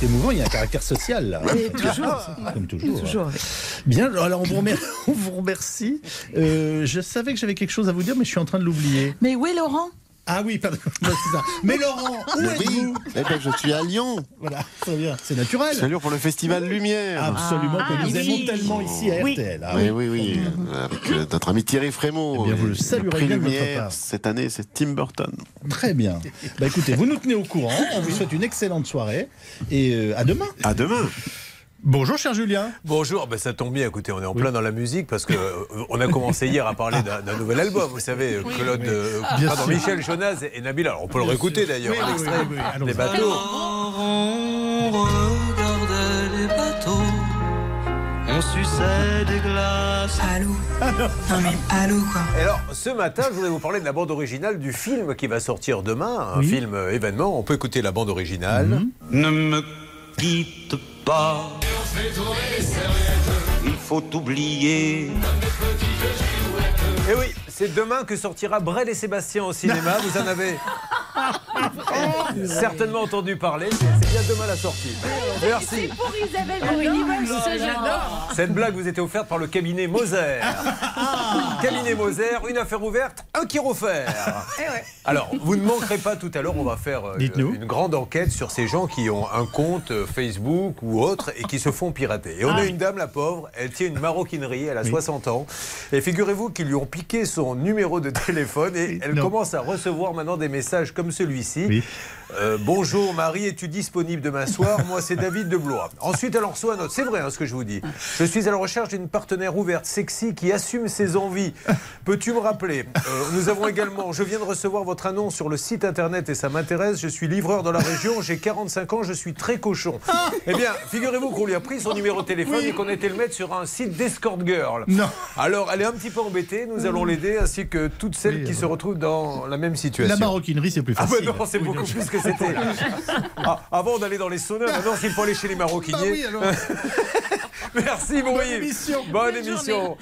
c'est émouvant, il y a un caractère social là. Et toujours. Comme toujours. Toujours. Bien, alors on vous remercie. on vous remercie. Euh, je savais que j'avais quelque chose à vous dire, mais je suis en train de l'oublier. Mais où est Laurent Ah oui, pardon. Ouais, c'est ça. Mais Laurent, où Mais oui, êtes-vous eh ben, je suis à Lyon. Voilà, très bien. C'est Je suis à naturel. Lyon pour le festival Lumière. Absolument, que Ah, nous oui. aimons tellement ici à Oui. RTL. Ah oui, oui, oui. Avec euh, notre ami Thierry Frémaux. Eh bien, vous le saluerez prix bien de notre Lumière, part. cette année, c'est Tim Burton. Très bien. Bah écoutez, vous nous tenez au courant. On vous souhaite une excellente soirée et euh, à demain. À demain. Bonjour, cher Julien. Bonjour, ben, ça tombe bien, écoutez, on est en plein dans la musique parce que euh, on a commencé hier à parler d'un d'un nouvel album, vous savez, euh, Claude, euh, pardon, Ah. sûr. Michel Jonas et, et Nabil. Alors on peut le réécouter Bah, d'ailleurs, Oui, un oui, extrait oui, oui, oui, allons-y. des bateaux. On regardait les bateaux, on suçait des glaces. Allô Non mais allô quoi Et alors ce matin, je voudrais vous parler de la bande originale du film qui va sortir demain, un Oui. Mhm. film euh, événement. On peut écouter la bande originale. Ne me quitte pas. Il faut oublier. Et oui, c'est demain que sortira Brel et Sébastien au cinéma. Vous en avez certainement entendu parler. C'est c'est bien demain la sortie. Merci. Pour Isabelle Borini, moi aussi, ça, j'adore. Cette blague vous était offerte par le cabinet Moser. cabinet Moser, une affaire ouverte, un chirofère. Alors, vous ne manquerez pas tout à l'heure, on va faire euh, Dites-nous. une grande enquête sur ces gens qui ont un compte euh, Facebook ou autre et qui se font pirater. Et on a une dame, la pauvre, elle tient une maroquinerie, elle a 60 ans. Et figurez-vous qu'ils lui ont piqué son numéro de téléphone et elle Non. commence à recevoir maintenant des messages comme celui-ci. Oui. Euh, bonjour Marie, es-tu disponible demain soir Moi c'est David de Blois. Ensuite elle en reçoit un autre. C'est vrai hein, ce que je vous dis. Je suis à la recherche d'une partenaire ouverte, sexy, qui assume ses envies. Peux-tu me rappeler Euh, Nous avons également, je viens de recevoir votre annonce sur le site internet et ça m'intéresse. Je suis livreur dans la région, j'ai 45 ans, je suis très cochon. Eh bien, figurez-vous qu'on lui a pris son numéro de téléphone et qu'on était le mettre sur un site d'escort girl. Non. Alors elle est un petit peu embêtée, nous allons l'aider ainsi que toutes celles Oui, euh, qui alors. se retrouvent dans la même situation. La maroquinerie, c'est plus Ah bah facile. non, c'est Oui, beaucoup donc- plus que c'était. Ah, avant, on allait dans les saunas. Maintenant, s'il faut aller chez les Bah maroquiniers. oui, alors. Merci, mon Bonne Yves. émission. Bonne émission.